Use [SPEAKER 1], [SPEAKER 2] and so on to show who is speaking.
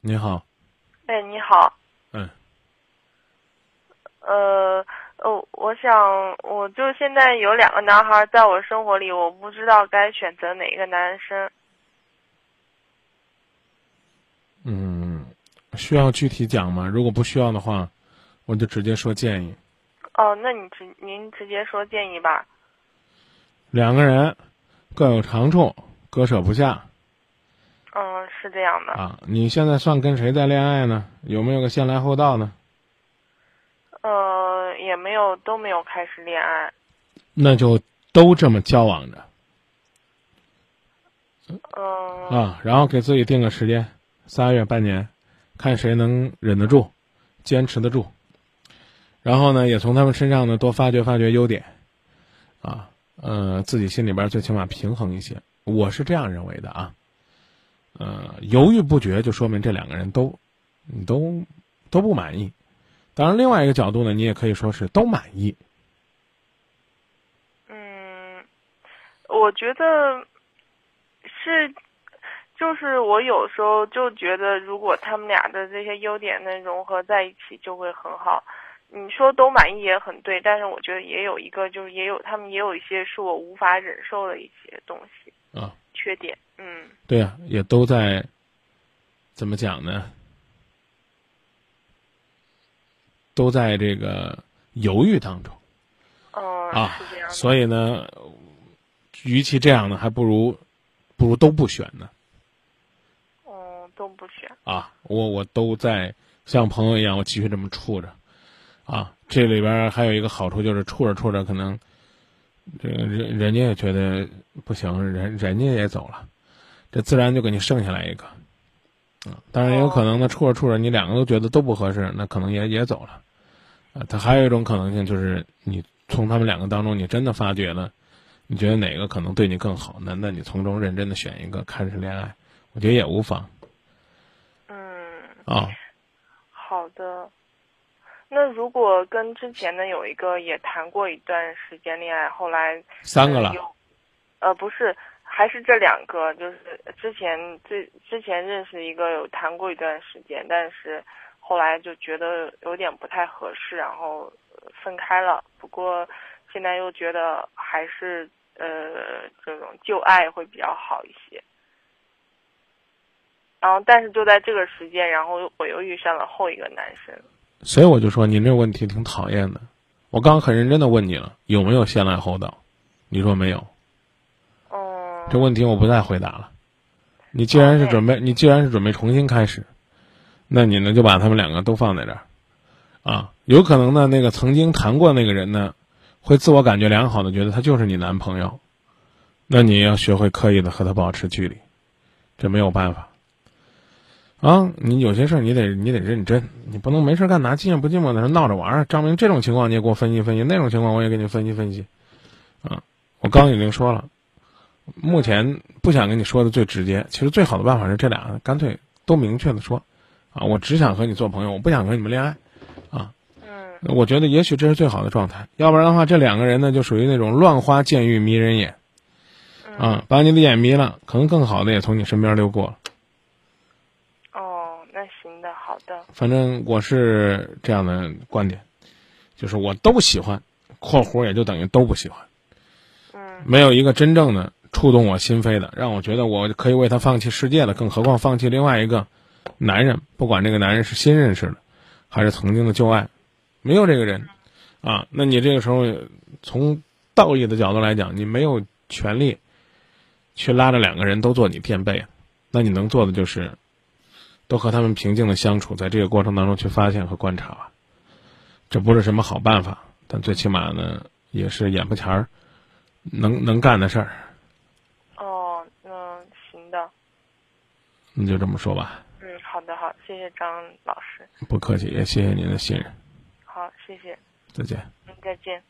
[SPEAKER 1] 你好，
[SPEAKER 2] 哎，你好，
[SPEAKER 1] 嗯，
[SPEAKER 2] 呃，呃，我想，我就现在有两个男孩在我生活里，我不知道该选择哪一个男生。
[SPEAKER 1] 嗯，需要具体讲吗？如果不需要的话，我就直接说建议。
[SPEAKER 2] 哦，那你直您直接说建议吧。
[SPEAKER 1] 两个人各有长处，割舍不下
[SPEAKER 2] 嗯，是这样的。
[SPEAKER 1] 啊。你现在算跟谁在恋爱呢？有没有个先来后到呢？
[SPEAKER 2] 呃，也没有都没有开始恋爱。
[SPEAKER 1] 那就都这么交往着
[SPEAKER 2] 嗯、
[SPEAKER 1] 啊，然后给自己定个时间，仨月、半年，看谁能忍得住，坚持得住。然后呢，也从他们身上呢多发掘发掘优点，啊，呃，自己心里边最起码平衡一些。我是这样认为的啊，呃，犹豫不决就说明这两个人都，你都都不满意。当然，另外一个角度呢，你也可以说是都满意。
[SPEAKER 2] 嗯，我觉得是，就是我有时候就觉得，如果他们俩的这些优点能融合在一起，就会很好。你说都满意也很对，但是我觉得也有一个，就是也有他们也有一些是我无法忍受的一些东西
[SPEAKER 1] 啊，
[SPEAKER 2] 缺点。嗯
[SPEAKER 1] 对啊，也都在，怎么讲呢？都在这个犹豫当中
[SPEAKER 2] 嗯，
[SPEAKER 1] 啊
[SPEAKER 2] 是这样，的。
[SPEAKER 1] 所以呢，与其这样呢，还不如不如都不选呢
[SPEAKER 2] 嗯，都不选。
[SPEAKER 1] 啊！我我都在像朋友一样，我继续这么处着啊。这里边儿还有一个好处就是处着处着，可能这个人人家也觉得不行，人人家也走了，这自然就给你剩下来一个啊。当然也有可能呢，处着处着你两个都觉得都不合适，那可能也也走了啊。它还有一种可能性就是你从他们两个当中，你真的发觉了，你觉得哪个可能对你更好，那那你从中认真的选一个开始恋爱，我觉得也无妨
[SPEAKER 2] 嗯，
[SPEAKER 1] 啊。
[SPEAKER 2] 好的。那如果跟之前的有一个也谈过一段时间恋爱，后来
[SPEAKER 1] 三个了
[SPEAKER 2] 呃。有呃，不是，还是这两个，就是之前最之前认识一个有谈过一段时间，但是后来就觉得有点不太合适，然后呃分开了。不过现在又觉得还是呃这种旧爱会比较好一些。然后，但是就在这个时间，然后我又遇上了后一个男生。
[SPEAKER 1] 所以我就说您这问题挺讨厌的。我刚刚很认真的问你了，有没有先来后到？你说没有，
[SPEAKER 2] 嗯，
[SPEAKER 1] 这问题我不再回答了。你既然是准备，你既然是准备重新开始，那你呢就把他们两个都放在这儿，啊，有可能呢那个曾经谈过那个人呢，会自我感觉良好的觉得他就是你男朋友，那你也要学会刻意的和他保持距离，这没有办法。啊，你有些事儿你得你得认真，你不能没事儿干拿寂寞不寂寞在那闹着玩儿。张明这种情况你也给我分析分析，那种情况我也给你分析分析。啊，我刚已经说了，目前不想跟你说的最直接，其实最好的办法是这俩干脆都明确的说，啊，我只想和你做朋友，我不想和你们恋爱。
[SPEAKER 2] 嗯
[SPEAKER 1] 我觉得也许这是最好的状态，要不然的话，这两个人呢就属于那种乱花渐欲迷人眼，
[SPEAKER 2] 嗯
[SPEAKER 1] 啊，把你的眼迷了，可能更好的也从你身边溜过了。
[SPEAKER 2] 哦，那行的，好的，
[SPEAKER 1] 反正我是这样的观点，就是我都喜欢（括弧也就等于都不喜欢），
[SPEAKER 2] 嗯
[SPEAKER 1] 没有一个真正的触动我心扉的，让我觉得我可以为他放弃世界的，更何况放弃另外一个男人，不管这个男人是新认识的，还是曾经的旧爱，没有这个人，啊，那你这个时候从道义的角度来讲，你没有权利去拉着两个人都做你垫背，啊那你能做的就是都和他们平静的相处，在这个过程当中去发现和观察吧，这不是什么好办法，但最起码呢，也是眼巴前儿能能干的事儿，
[SPEAKER 2] 哦，那行的，
[SPEAKER 1] 你就这么说吧，
[SPEAKER 2] 嗯，好的，好，谢谢张老师，
[SPEAKER 1] 不客气，也谢谢您的信任，
[SPEAKER 2] 好，谢谢，
[SPEAKER 1] 再见。
[SPEAKER 2] 嗯，再见。